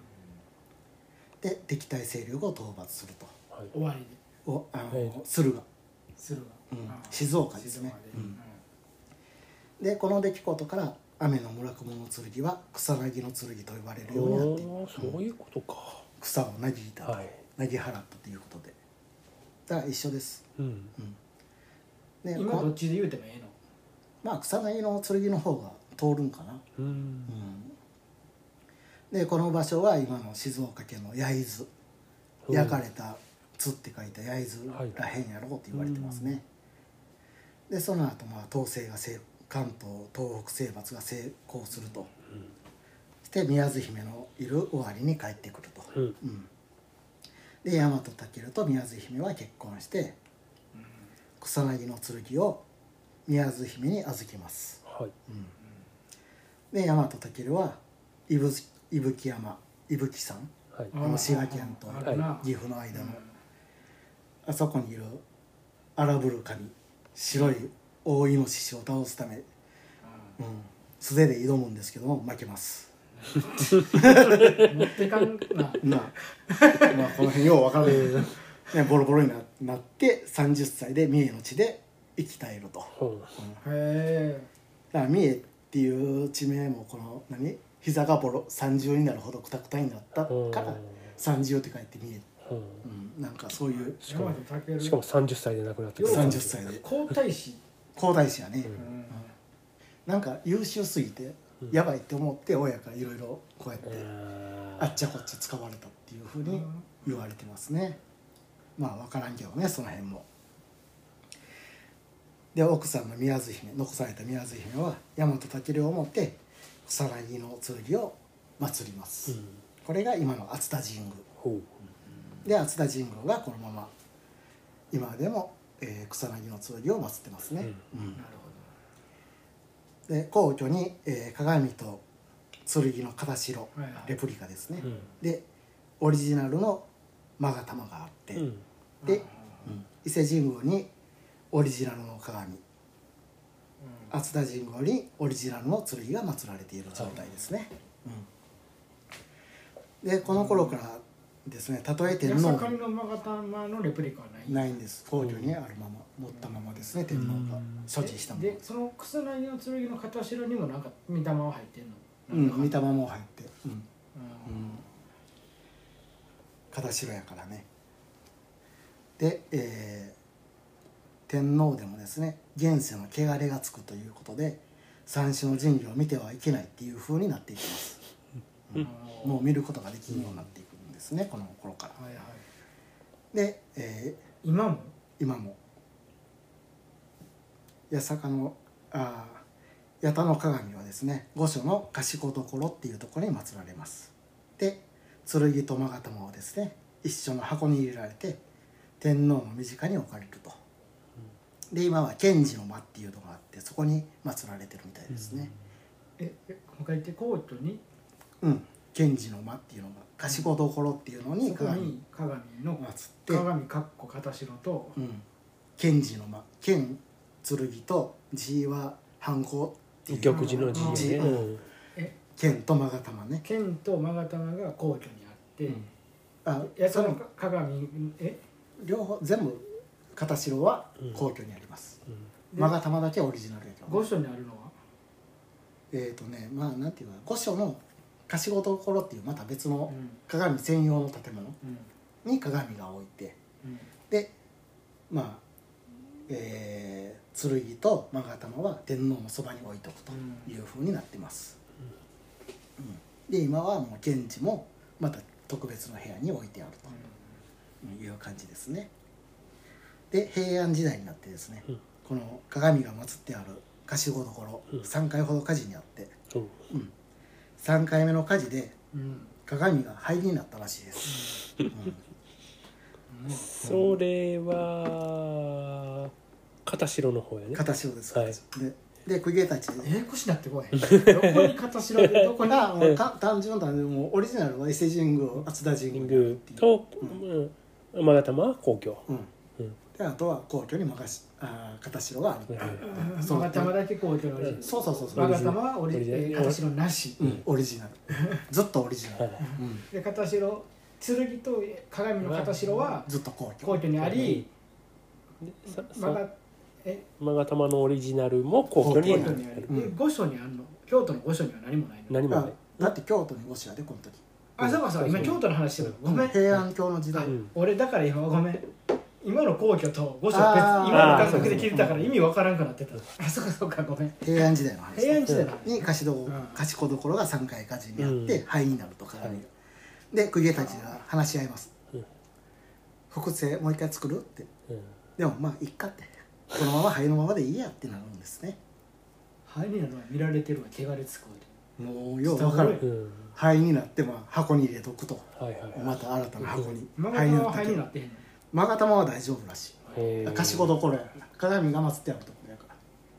S1: で敵対勢力を討伐すると。
S3: はい
S4: 終わりで
S1: をあの、
S3: はい
S1: 駿河
S4: するわ、
S1: うん
S4: ああ
S1: 静岡ですね
S4: 静岡で
S1: うん
S4: うん
S1: でこの出来事から雨の村雲の剣は草薙の剣と呼ばれるようになってい
S3: おー
S1: る
S3: そううんいうことか
S1: 草をなぎいた、
S3: はい
S1: なぎ払ったということでだから一緒です、
S3: うん
S1: うん、で
S4: 今ど
S1: こ
S4: っちで言うてもええの
S1: まあ草薙の剣の方が通るんかな、
S3: う
S1: うんん、でこの場所は今の静岡県の焼津焼かれた「津」って書いた焼津らへんやろうって言われてますね、でその後まあ東西がせい関東東北征伐が成功すると、そして宮津姫のいる尾張に帰ってくると、
S3: うん
S1: うんで大和武と宮津姫は結婚して草薙の剣を宮津姫に預けます、
S3: はい
S1: うんで大和武は伊吹伊吹山伊吹山
S3: はい
S1: あの滋賀県と
S4: あるな
S1: 岐阜の間の、
S4: う
S1: あそこにいる荒ぶる神白い大イノシシを倒すため、うん、素手で挑むんですけども負けます
S4: ん持ってかんな
S1: なあまあこの辺よう分からない、ね、ボロボロにななって30歳で三重の地で生き絶えると
S3: ほ
S4: へ
S1: だから三重っていう地名もこの何膝がボロ30になるほどくたくたになった
S3: う
S1: か
S3: う
S1: ら
S3: ん
S1: 30って書いて三重、
S3: う
S1: うん、なんかそういう
S4: え山田
S3: ん
S4: 健
S3: しかも30歳で亡くなった
S1: 30歳で
S4: 皇太子
S1: 皇太子やね、
S4: うん
S1: なんか優秀すぎてやばいって思って親からいろいろこうやってあっちゃこっちゃ使われたっていうふうに言われてますねまあ分からんけどねその辺もで奥さんの宮津姫残された宮津姫は大和武を持って草薙の剣を祭ります、
S3: うん
S1: これが今の熱田神宮
S3: ほ
S1: で熱田神宮がこのまま今でも、えー草薙の剣を祭ってますね、うん
S4: なる
S1: で皇居に、えー鏡と剣の片白
S4: ほどはいはい
S1: レプリカですね、
S3: ううん
S1: でオリジナルの勾玉があって、
S3: うん
S1: で伊勢神宮にオリジナルの鏡
S4: あ
S1: 熱田神宮にオリジナルの剣が祀られている状態ですね、うんでこの頃からですねたとえ
S4: 八
S1: 天皇
S4: 坂
S1: も
S4: の勾玉のレプリカはない
S1: ないんです皇居にあるまま持ったままですね天皇が所持したもの
S4: でその草薙の剣の片白にもなんか御霊は入ってん
S1: う
S4: の
S1: ん御
S4: なん
S1: 霊
S4: か
S1: も入ってうん
S4: うん
S1: うん、片白やからねで、えー天皇でもですね現世の汚れがつくということで三種の神器を見てはいけないっていう風になっていきますもう見ることができんようになっていくんですね、この頃から
S4: はいはい
S1: で、え
S4: 今も
S1: ー今も八坂のあー八田の鏡はですね御所の賢所っていうところに祀られますで剣と勾玉をですね一緒の箱に入れられて天皇の身近に置かれるとで今は賢治の間っていうのがあってそこに祀られてるみたいですね
S4: ええもう一回言ってコートに
S1: うん賢治の間っていうのが賢所っていうのに
S4: そこ
S1: 鏡
S4: に鏡の
S1: を祀って
S4: 鏡かっこ片白と
S1: うん、賢治の間賢剣と字は反抗っていう
S3: 玉璽の字ね
S1: う
S3: うん
S1: 剣と勾玉ね、
S4: 剣と勾玉が皇居にあって、
S1: あ
S4: いや
S1: そ
S4: その
S1: の
S4: 鏡え
S1: 両方全部片城は皇居にあります、
S4: で
S1: マガタマだけはオリジナルやけど
S4: 御
S1: ね
S4: 所にあるのは
S1: えっ、とねまあなんていうの御所の柏所っていうまた別
S4: う
S1: の
S4: ん
S1: 鏡専用の建物
S4: うん
S1: に鏡が置いて
S4: うん
S1: でまあえー、剣と勾玉は天皇のそばに置いとくというふうになってます、うんで今はもう現地もまた特別の部屋に置いてあるという感じですねで平安時代になってですね、
S3: うん
S1: この鏡が祀ってある柏所、
S3: うん
S1: 3回ほど火事にあって、
S3: そう
S1: うん、3回目の火事で
S4: うん
S1: 鏡が灰になったらしいです、うん
S4: うん
S3: それは片白の方やね
S1: 片白です、
S3: はい
S1: でで公家たち
S4: ええ腰なってこいどこに片白でど
S1: [LAUGHS]
S4: こ
S1: これ
S4: に
S1: がもうか単純単純もうオリジナルは伊勢神宮熱田神
S3: 神
S1: 宮
S3: 宮
S1: っていう
S3: と馬形は皇居
S1: うん
S3: うん
S1: であとは皇居に任しあー片城がある、そう
S4: マガタマだけこういうのがある
S1: そうそうそうそう
S4: マガタマはオリえー片白なし
S1: うん、オリジナル [LAUGHS] ずっとオリジナル、
S3: はい
S1: うん、
S4: で片白剣と鏡の片白は
S1: ずっと皇居
S4: 皇居にあり
S3: でさ
S4: マ
S3: さ
S4: ガえ
S3: 馬形のオリジナルも皇居に
S4: 皇
S3: あ
S4: 居
S3: る
S4: にあり
S1: うん
S4: で御所にあるの京都の御所には何もないの
S3: 何も
S1: あ
S3: ない
S1: だって京都に御所やでこの時
S4: あそうかそうか今京都の話してるごめん
S1: 平安京の時代、
S3: うん
S4: 俺だから今ごめん今の皇居と御所は別
S1: あー
S4: 今の感覚で聞いてたから意味わからんくなってたあそうかそうかごめん
S1: 平安時代の話
S4: 平安時代の
S1: に貸しどこ
S4: うん
S1: 貸し子どころが3回火事にあって、
S3: うん
S1: 灰になるとか、で公家たちが話し合います、
S3: うん
S1: 複製もう一回作るって
S3: うん
S1: でもまあいっかってこのまま灰のままでいいやってなるんですね
S4: 灰になるのは見られてるわ汚れつくわ
S1: もうよう分からん
S3: うん
S1: 灰になってまあ箱に入れとくと
S3: はいはいは
S1: ま
S3: い
S1: た新たな箱に
S4: 今
S1: 灰に
S4: 方
S1: な
S4: は
S1: った
S4: 灰
S1: け
S4: に
S1: ど
S4: なってへんの
S1: 勾玉は大丈夫らし
S3: へ
S1: い
S3: ー
S1: 貸し子どころやから鏡が祀ってあるところやから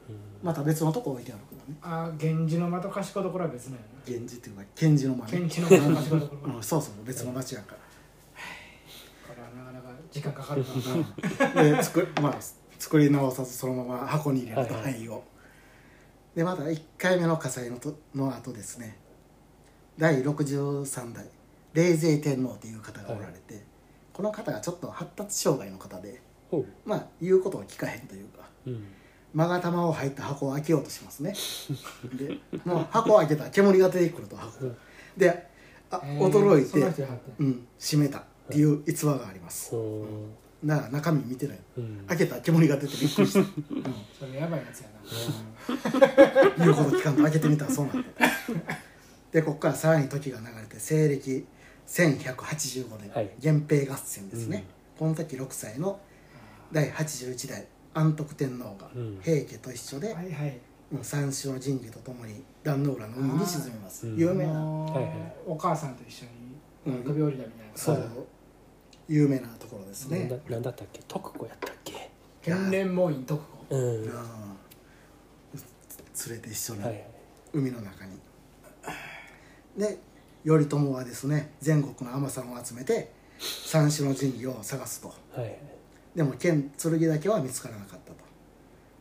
S3: うん
S1: また別のとこ置いてあるからね
S4: あー源氏の間と賢いところは別なんや
S1: 源氏っていうか賢治の間
S4: な
S1: ね
S4: 源氏の間と賢いところ
S1: う
S4: は
S1: ん、そうそう別の町やから
S4: これはなかなか時間かかるからな
S1: [LAUGHS] で作,、まあ、作り直さずそのまま箱に入れると
S3: はいはい
S1: 灰を、でまた1回目の火災のとの後ですね第63代冷泉天皇という方がおられて、この方がちょっと発達障害の方で
S3: ほう
S1: まあ言うことを聞かへんというか
S3: うん
S1: 勾玉を入った箱を開けようとしますねでもう箱を開けたら煙が出てくると箱がであ
S4: えー
S1: 驚い
S4: そんな
S1: て、
S4: 人やって
S1: うん、閉めたっていう逸話があります、
S3: そう
S1: だから中身見てない
S3: うん
S1: 開けたら煙が出てびっくりした、
S4: それやばいやつやな
S1: 言うこと聞かんと開けてみたらそうなってたでここからさらに時が流れて西暦1185年、
S3: はい
S1: 源平合戦ですね、この時6歳の第81代安徳天皇が
S3: うん
S1: 平家と一緒で
S4: はいはい
S1: うん三種の神器とともに壇ノ浦の海に沈みます
S3: うん
S1: 有名な、
S3: はいはい
S4: お母さんと一緒に
S1: うん
S4: 首折りだみたいな
S1: そう、有名なところです
S3: なん
S1: ね
S3: だなんだったっけ徳子やったっけ
S4: 天然門院徳子
S3: うんは
S1: ああ連れて一緒
S3: い
S1: に、
S3: はい
S1: 海の中にで頼朝はですね全国の尼さんを集めて三種の神器を探すと
S3: はい
S1: でも剣剣だけは見つからなかったと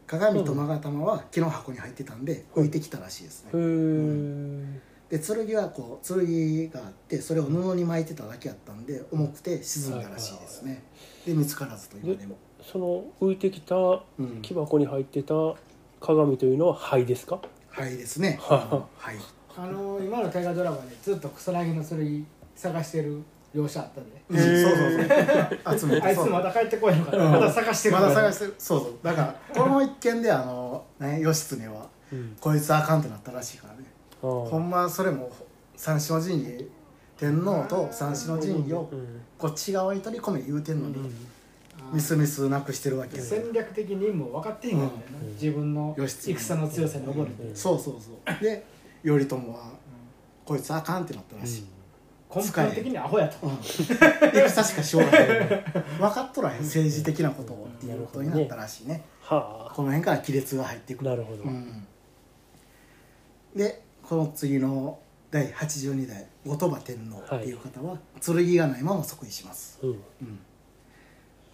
S1: 鏡と勾玉は木の箱に入ってたんで浮いてきたらしいですね
S3: ふー
S1: で剣はこう剣があってそれを布に巻いてただけやったんで重くて沈んだらしいですねで見つからずと今でも、
S3: その浮いてきた
S1: うん、
S3: 木箱に入ってた鏡というのは灰ですか
S1: はいですねはい
S4: あの今の大河ドラマでずっと草薙の剣探してる描写あったんで
S1: うんそうそうそう集めて
S4: あいつ
S1: そう
S4: まだ帰ってこいのかな
S1: うん
S4: まだ探してる
S1: まだ探
S4: し
S1: してるそうそうだからこの一件であの、ね、義経は
S3: うん
S1: こいつあかんってなったらしいからね
S3: あー
S1: ほんまそれも三種の神器天皇と三種の神器を
S3: うん
S1: こっち側に取り込め言うてんの
S3: う
S1: に、
S3: ん
S1: ミスミスなくしてるわけですよ
S4: 戦略的にもう分かってへんからね
S3: うん
S4: 自分の
S1: 義経
S4: 戦の強さに登る
S3: うん
S1: そうそうそうで頼朝はこいつあかんってなったらしい、
S4: 根本的にアホやと
S1: うん、戦しかしようがない分かっとらへん政治的なことをっていうことになったらしいね
S3: は
S1: この辺から亀裂が入ってく
S3: あなるほど
S1: うん、でこの次の第82代後鳥羽天皇っていう方は、剣がないまま即位します、
S3: うん
S1: うん、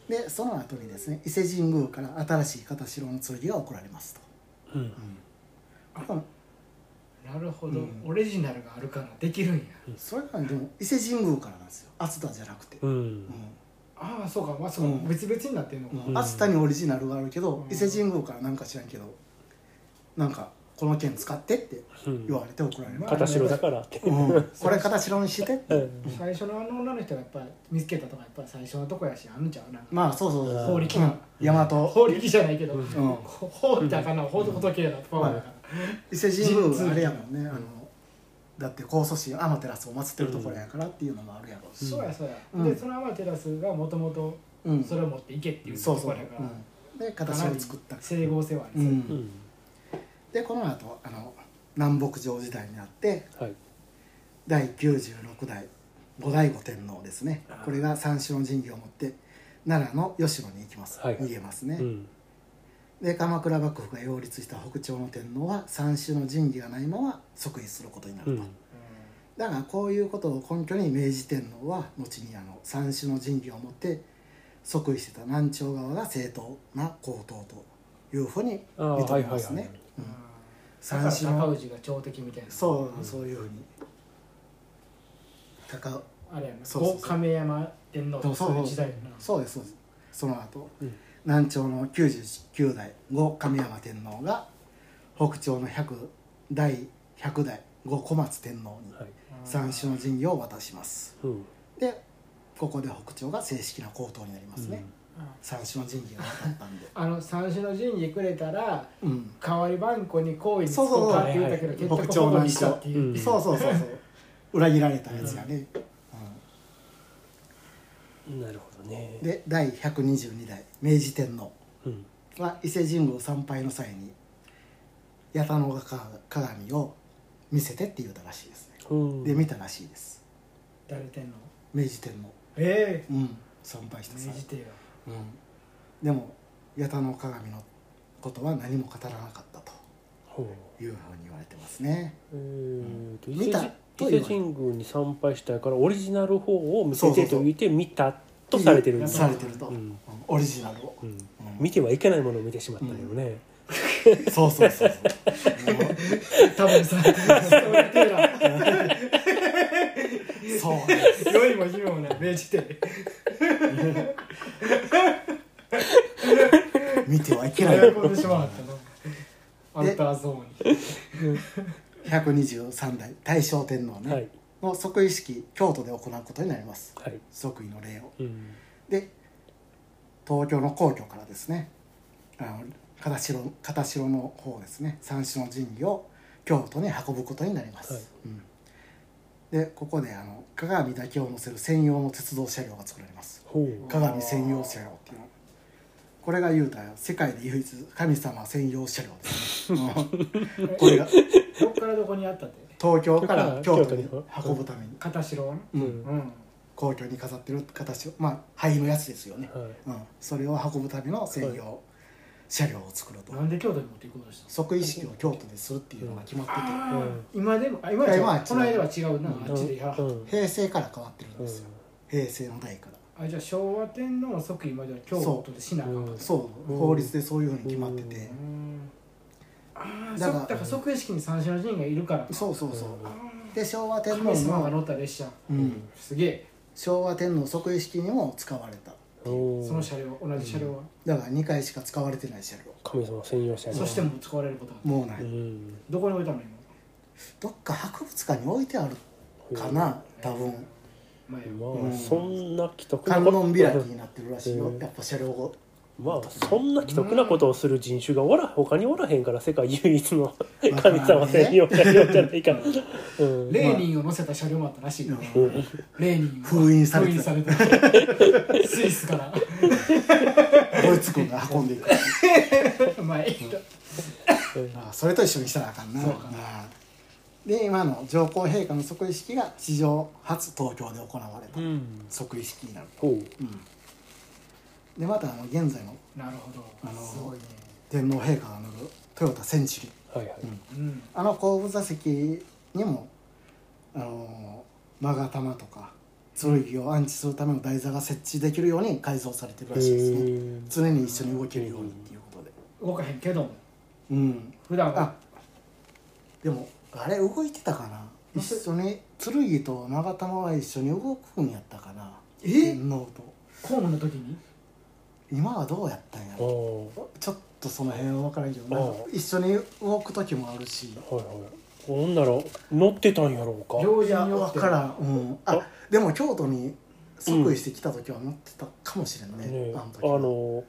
S1: でその後にですね伊勢神宮から新しい片城の剣が送られますと、
S3: うん
S1: うん
S4: なるほど
S1: うん
S4: オリジナルがあるからできるんや
S1: それからでも伊勢神宮からなんですよ熱田じゃなくて、
S3: う
S1: うん
S3: ん
S4: ああそうかまあそうか、
S1: うん
S4: 別々になってんのか、
S1: うん熱田にオリジナルがあるけど、
S4: うん
S1: 伊勢神宮からなんか知らんけどなんかこの剣使ってって
S3: うん
S1: 言われて怒られる、
S4: まあ
S3: 片白だからって、
S1: うん、これ形代にしてって
S3: うん
S4: 最初のあの女の人がやっぱり見つけたとかやっぱり最初のとこやしあんのちゃうなんか
S1: まあそうそうそう
S3: 法
S4: 力な
S1: うん大和、
S4: 法力じゃないけど、
S3: う
S4: うんん、
S1: うん、
S4: 法ってあかんな法と仏やなとか、
S1: はい伊勢神宮はあれやもんね、あのだって高祖神天照を祀ってるところやからっていうのもあるやろうし、
S4: そうやそうや、
S1: うん
S4: でそのアマテラスがもともと
S1: うん
S4: それを持っていけっていう
S1: そ
S4: と
S1: うそ
S4: こ
S1: う
S4: ろやから、
S1: うん、で形を作った、
S4: 整合性はあ
S1: う、
S4: りそう、
S3: うんん
S1: でこの後あの南北朝時代になって
S3: はい
S1: 第96代後醍醐天皇ですねこれが三種の神器を持って奈良の吉野に行きます、
S3: はい
S1: 逃げますね、
S3: うん
S1: で鎌倉幕府が擁立した北朝の天皇は三種の神器がないまま即位することにな
S3: う
S1: ると、
S3: ん
S1: だからこういうことを根拠に明治天皇は後にあの三種の神器を持って即位してた南朝側が正当な皇統というふうに
S3: ああ
S1: 認めます
S3: はい
S1: ね
S3: はいはい
S1: うん
S4: だか
S1: 三
S4: ら
S1: 種の
S4: 高氏が朝敵みたいな
S1: そうそういうふうに高尾
S4: あれやな
S1: そうそうそう
S4: 五亀山天皇とかそういう時代やな
S1: そうですそうですその後、
S3: うん
S1: 南朝の99代後亀山天皇が北朝の100第100代後小松天皇に
S3: はい
S1: 三種の神器を渡します
S3: うん
S1: でここで北朝が正式な皇統になりますね、
S4: うん
S1: 三種の神器が渡った
S4: [LAUGHS]
S1: んで
S4: あの三種の神器くれたら
S1: うん
S4: 代わり番号に好意につ
S1: そうそう
S4: こうかって言ったけど
S3: は
S1: はい
S4: 結
S3: い
S4: 局保護にしたっていう、
S3: うん
S1: そうそうそう
S4: [LAUGHS]
S1: そう裏切られたやつがね、う
S3: うんなるほどね
S1: んで第122代明治天皇
S3: うん
S1: は伊勢神宮参拝の際に八田の鏡を見せてって言うたらしいですね
S3: うん
S1: で見たらしいです
S4: 誰天皇
S1: 明治天皇
S4: え
S1: うん参拝し
S4: え
S1: た
S4: 明
S1: 際
S4: 治帝は
S1: うんでも八田の鏡のことは何も語らなかったと
S3: ほう
S1: いうふうに言われてますね
S3: えーと伊勢
S1: 見たと
S3: 神
S1: 言
S3: 伊勢
S1: われ
S3: 神宮に参拝したいからオリジナル方を見せ
S1: そう
S3: て
S1: そうそう
S3: と言って見たとされてるんです
S1: されてると、
S3: う
S1: うんんオリジナルを、
S3: うん
S1: うん
S3: 見てはいけないものを見てしまったよね
S1: そうそうそうそうも
S4: 多分さそうやってるな
S1: うそうなんです
S4: 良いも悲もない明治帝
S1: 見てはいけない
S4: 喜んでしまったなア
S1: で
S4: ウターゾーンに
S1: 123代大正天皇ね、
S3: はい
S1: の即位式京都で行うことになります
S3: はい
S1: 即位の礼を
S3: うん
S1: で東京の皇居からですねあの片城片城の方ですね三種の神器を京都に運ぶことになります、
S3: はい
S1: うんでここであの鏡だけを載せる専用の鉄道車両が作られます
S3: ほう
S1: 鏡専用車両っていうのこれが言うたら世界で唯一神様専用車両です
S3: [LAUGHS]
S1: ね、うんこれが
S4: どっからどこにあったって
S1: 東京から京都に
S3: 京都に
S1: 運ぶために、
S4: 片城はな
S1: うん
S4: うん
S1: 皇居に飾ってる形をまあ灰のやつですよね、
S3: はい
S1: うん、それを運ぶための専用車両を作ると、
S4: なんで京都に持っていこうとしたの
S1: 即位式を京都でするっていうのが決まってて、
S4: あ
S3: うん
S4: ー今でもあ今で
S1: 今は違
S4: も
S1: う
S4: この間は違うな、あっちでやらはった
S3: うん
S1: 平成から変わってるん
S3: う
S1: ですよ、平成の代から、
S4: あじゃあ昭和天皇の即位までは京都でしなあかんかった
S1: そう
S3: うん
S1: 法律でそういうふうに決まってて、
S3: う
S4: うんああ
S1: だから
S4: だからだから即位式に三種の神がいるから
S1: そううそうそう、
S3: うん
S1: で昭和天皇
S4: 神様が
S1: の、
S4: 乗った列車
S1: うん、
S4: すげえ
S1: 昭和天皇即位式にも使われた
S3: んおー
S4: その車両同じ車両は、
S1: だから2回しか使われてない車両
S3: 神様専用車両
S4: そしてもう使われることは
S1: もうない、
S3: うん
S4: どこに置いたの今
S1: どっか博物館に置いてあるかな多分
S4: 前
S3: まあ、
S1: うん
S3: そんな既得
S1: 観音開き
S3: と
S1: になってるらしいよ、
S3: うん
S1: やっぱ車両を
S3: まあそんな既得なことをする人種がおら他におらへんから世界唯一の
S1: まあ
S3: 神様専用車両じゃないかな、うん、
S4: レーニンを乗せた車両もあったらしいから、
S1: うん
S4: レーニンを
S1: 封印されてた
S4: 封印されてたスイスから
S1: [LAUGHS] ドイツ軍が運んでいく
S4: 前
S1: あそれと一緒にしたらあかんな
S4: そうか
S1: ああで今の上皇陛下の即位式が史上初東京で行われた、
S3: うん
S1: 即位式になる、
S3: ほう
S1: うんでまたあの現在の
S4: なるほ
S1: あの
S4: どすごいね
S1: 天皇陛下が乗るトヨタセンチュリー
S3: はいはい、
S1: うん
S4: うん
S1: あの後部座席にもあの勾玉とか剣を安置するための台座が設置できるように改造されてるらしいですね
S3: へー
S1: 常に一緒に動けるようにっていうことで
S4: 動かへんけども
S1: うん
S4: 普段
S1: あ
S4: は
S1: でもあれ動いてたかな
S4: まあ
S1: 一緒に剣と長玉は一緒に動くんやったかな
S4: え
S1: 天皇と
S4: 公務の時に
S1: 今はどうやったんや
S3: ああ
S1: ろちょっとその辺は分からんけどな
S3: ああ
S1: 一緒に動く時もあるし
S3: はいはいなんだろう乗ってたんやろうか
S4: 行
S1: い
S4: 事
S1: や
S4: によっ
S1: 分
S4: て
S1: からん、うん、あ
S3: あ
S1: でも京都に即位してきた時は乗ってたかもしれんね、
S3: ね
S1: あの
S3: あ
S1: 時は
S3: の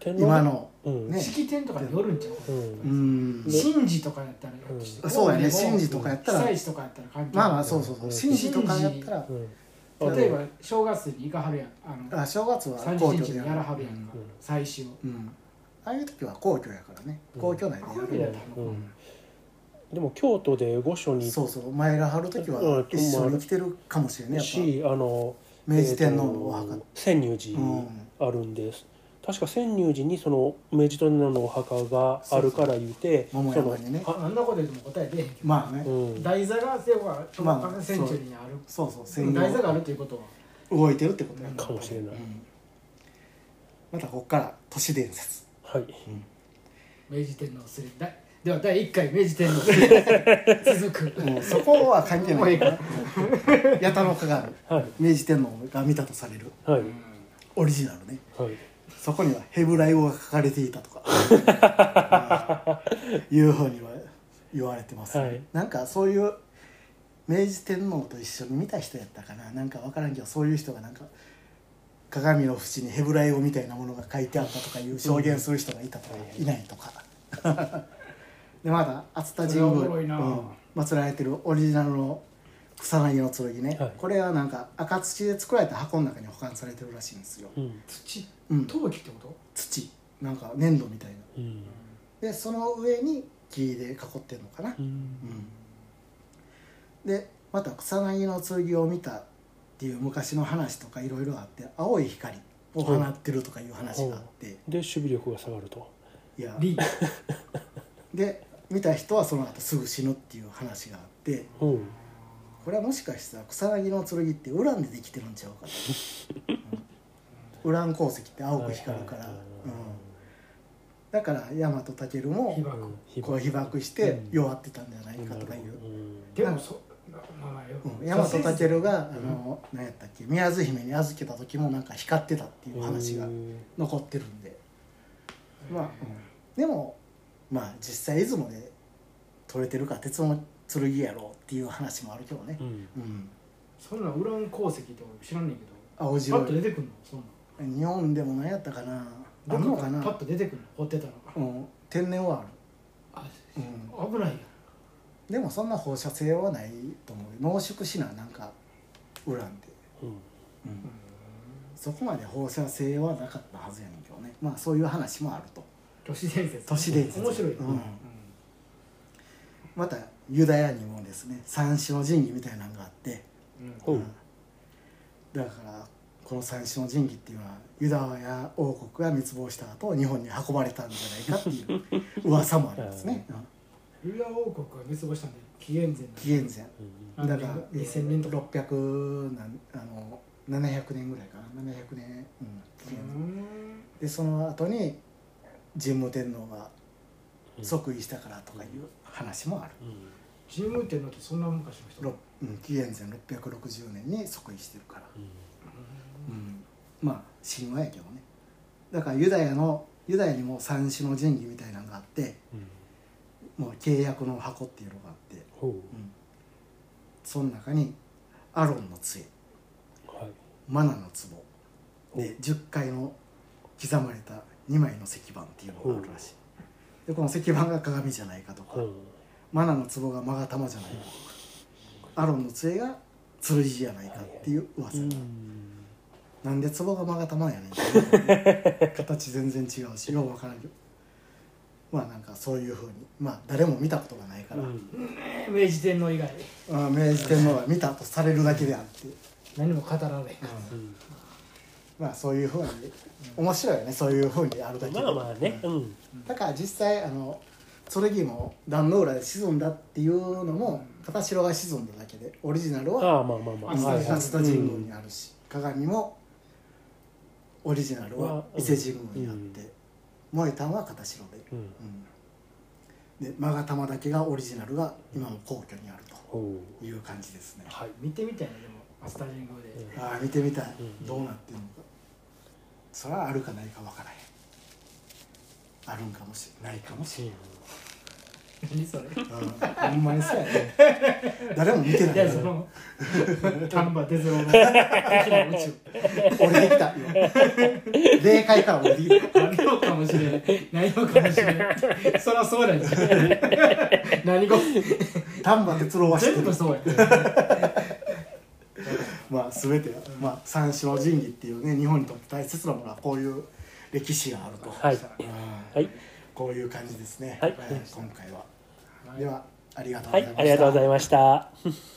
S3: 天皇
S1: 今の
S3: うん
S1: ね
S4: 式典とかによるんちゃう
S3: うん
S1: うん
S4: 神事とかやったらひょっとして
S1: そうやね
S4: 公務でも
S1: 神事とかやったら
S4: 被災地とかやったら関係
S1: まあま
S4: な
S1: あ
S4: い
S1: そうそうそう
S3: うん
S1: 神事とかやったら
S3: うん
S4: 例えば正月に行かはるやんあの
S1: あ正月は皇
S4: 30
S1: 居で
S4: 日
S1: や
S4: にや
S1: る
S4: らはるやんか
S3: うん
S4: 最終
S1: うんうんああいう時は皇居やからね
S3: うん
S1: 皇居内
S4: こういう
S1: で
S4: 意味
S1: や
S4: だ
S1: る、
S4: った
S3: う
S4: の
S3: んでも京都で御所に行っ
S1: そうそうお前が張る時
S3: う
S1: は
S3: ん
S1: 一緒に来てるかもしれんね
S3: た
S1: やっぱ
S3: しあの
S1: 明治天皇のお
S3: えー
S1: 墓
S3: と潜入寺
S1: うん
S3: あるんです、確か潜入寺にその明治天皇のお墓があるから言うて
S1: 桃山にね
S3: その
S4: かあんなこと言っても答え出えへんけ
S1: まあね
S3: あうん
S4: ど台座がせはと
S1: まあ
S4: かセンチュリーにある
S1: そうそう
S4: で
S1: 専
S4: も台座があ
S1: 用
S4: るということは
S1: 動いてるってことや
S3: かもしれない、
S1: うんまたこっから都市伝説
S3: はい
S4: 明治天皇すれだでは第1回明治天皇すれ
S1: [LAUGHS]
S4: 続く
S1: もうそこは関係ないから八田の鏡
S3: はい
S1: 明治天皇が見たとされる
S3: はい
S1: オリジナルね
S3: はい
S1: そこにはヘブライ語が書かれていたとか、
S4: [LAUGHS]
S1: うんいうふうには言われてます、
S3: はい
S1: なんかそういう明治天皇と一緒に見た人やったかななんか分からんけどそういう人がなんか鏡の縁にヘブライ語みたいなものが書いてあったとかいう証言する人がいたとか、いないとか [LAUGHS] でまだ熱田神
S4: それはおも
S1: 宮
S4: ろいな
S1: うん祀られてるオリジナルの草薙の剣ね、
S3: はい
S1: これはなんか赤土で作られた箱の中に保管されてるらしいんですよ、
S3: うん
S4: 土
S1: うん、
S4: 陶器ってこと
S1: 土なんか粘土みたいな
S3: うん
S1: でその上に木で囲ってるのかな、
S3: う
S1: うんんでまた草薙の剣を見たっていう昔の話とかいろいろあって青い光を放ってるとかいう話があって、
S3: で守備力が下がると
S1: いや
S4: リー
S1: で見た人はその後すぐ死ぬっていう話があって
S3: うん
S1: これはもしかしたら草薙の剣ってウランでできてるんちゃう
S3: [LAUGHS]
S1: かと、うんウラン鉱石って青く光るから、
S3: はいはいはい
S1: うん、だから大和武も
S4: 被爆
S3: 被
S1: こう被爆して弱ってたんじゃない
S3: うん
S1: かとかいう、
S4: でもそまあまあよ
S1: うん、大和健があの、何やったっけ宮津姫に預けた時もなんか光ってたっていう話が
S3: うん
S1: 残ってるんで、まあ、うんでもまあ実際出雲で取れてるから鉄の剣やろうっていう話もあるけどね
S3: う、ん
S1: うん、
S4: そんなんウラン鉱石って俺知らんねんけど
S1: 青
S4: パッ
S1: 白
S4: と
S1: い
S4: 出てくんのそんな
S1: 日本でも何やったかなあ
S4: ん
S1: ん
S4: ど
S1: の
S4: っ
S1: か
S4: か
S1: な
S4: パッと出てくんの掘ってたら
S1: うん、天然はある
S4: あ
S1: うん
S4: 危ないやん
S1: でもそんな放射性はないと思うよ濃縮しななんかウランで、
S3: うん
S1: うん、そこまで放射性はなかったはずやねんけどねまあそういう話もあると
S4: 都市伝説
S1: 都市伝説
S4: 面白いね
S1: うんまたユダヤにもですね三種の神器みたいなのがあって、
S3: ほう
S1: だからこの三種の神器っていうのはユダヤ王国が滅亡した後日本に運ばれたんじゃないかっていう噂もありますね、 [LAUGHS] うん
S4: ユダ王国が滅亡したんで紀元前
S1: 紀元前
S3: うん
S1: だ
S4: だ
S1: か
S4: からら2000年とか
S1: 600なんあの700年ぐらいかな700年、うん紀元前
S4: うん
S1: でその後に神武天皇が即位したからとかいう話もある、
S3: うん
S4: 神武天皇ってそんな昔の人
S1: ろうん、紀元前660年に即位してるから、うん、まあ神話やけどねだからユダヤのユダヤにも三種の神器みたいなのがあって
S3: うん
S1: もう契約の箱っていうのがあって、
S3: ほう
S1: うん、その中にアロンの杖
S3: はい
S1: マナの壺で10回の刻まれた2枚の石板っていうのがあるらしいでこの石板が鏡じゃないかとか、
S3: うん
S1: マナの壺がマガタマじゃないかとかアロンの杖が剣じゃないかっていう噂、
S3: うん
S1: なんで壺がマガタマやねんっていう形全然違うしよう分からんけどまあなんかそういうふうにまあ誰も見たことがないから、
S3: うん
S4: 明治天皇以外
S1: あ明治天皇は見たとされるだけであって、
S4: 何も語られへん
S3: うん
S1: まあそういうふうに面白いよねそういうふうにあるだけで
S3: まあまあねうん
S1: だから実際あの剣も壇ノ浦で沈んだっていうのも片城が沈んだだけでオリジナルは
S3: ああまあまあまあ
S1: 伊
S4: はいはい
S1: 勢神宮にあるし、鏡もオリジナルは伊勢神宮にあって、燃えたんは片城で、
S3: うん
S1: うん、で勾玉だけがオリジナルが今も皇居にある
S3: ほ
S1: という感じですね、
S3: うはい
S4: 見てみたいなでもアスタジングで
S1: ああ見てみたい、
S3: うん
S1: どうなってるのかそれはあるかないかわからへんあるんかもしれないかもしれん
S4: 何それ
S1: うん、ほんまにそうやね誰も見てない
S4: い
S1: か
S4: や
S1: ら
S4: そ
S1: [LAUGHS]
S4: の丹波哲郎の敵の宇
S1: 降りてきた今霊界から降りてきた
S4: 宙何をかもしれない何をかもしれないそりゃそうだよ何が
S1: 丹波哲郎は知って
S4: 全部
S1: る
S4: そうや
S1: まあ全て、まあ、三種の神器っていうね日本にとって大切なものはこういう歴史があると、
S3: はい
S1: うん
S3: はい
S1: こういう感じですね、
S3: はい
S1: 今回はではありがとうご
S3: は
S1: ざいました、
S3: いありがとうございました。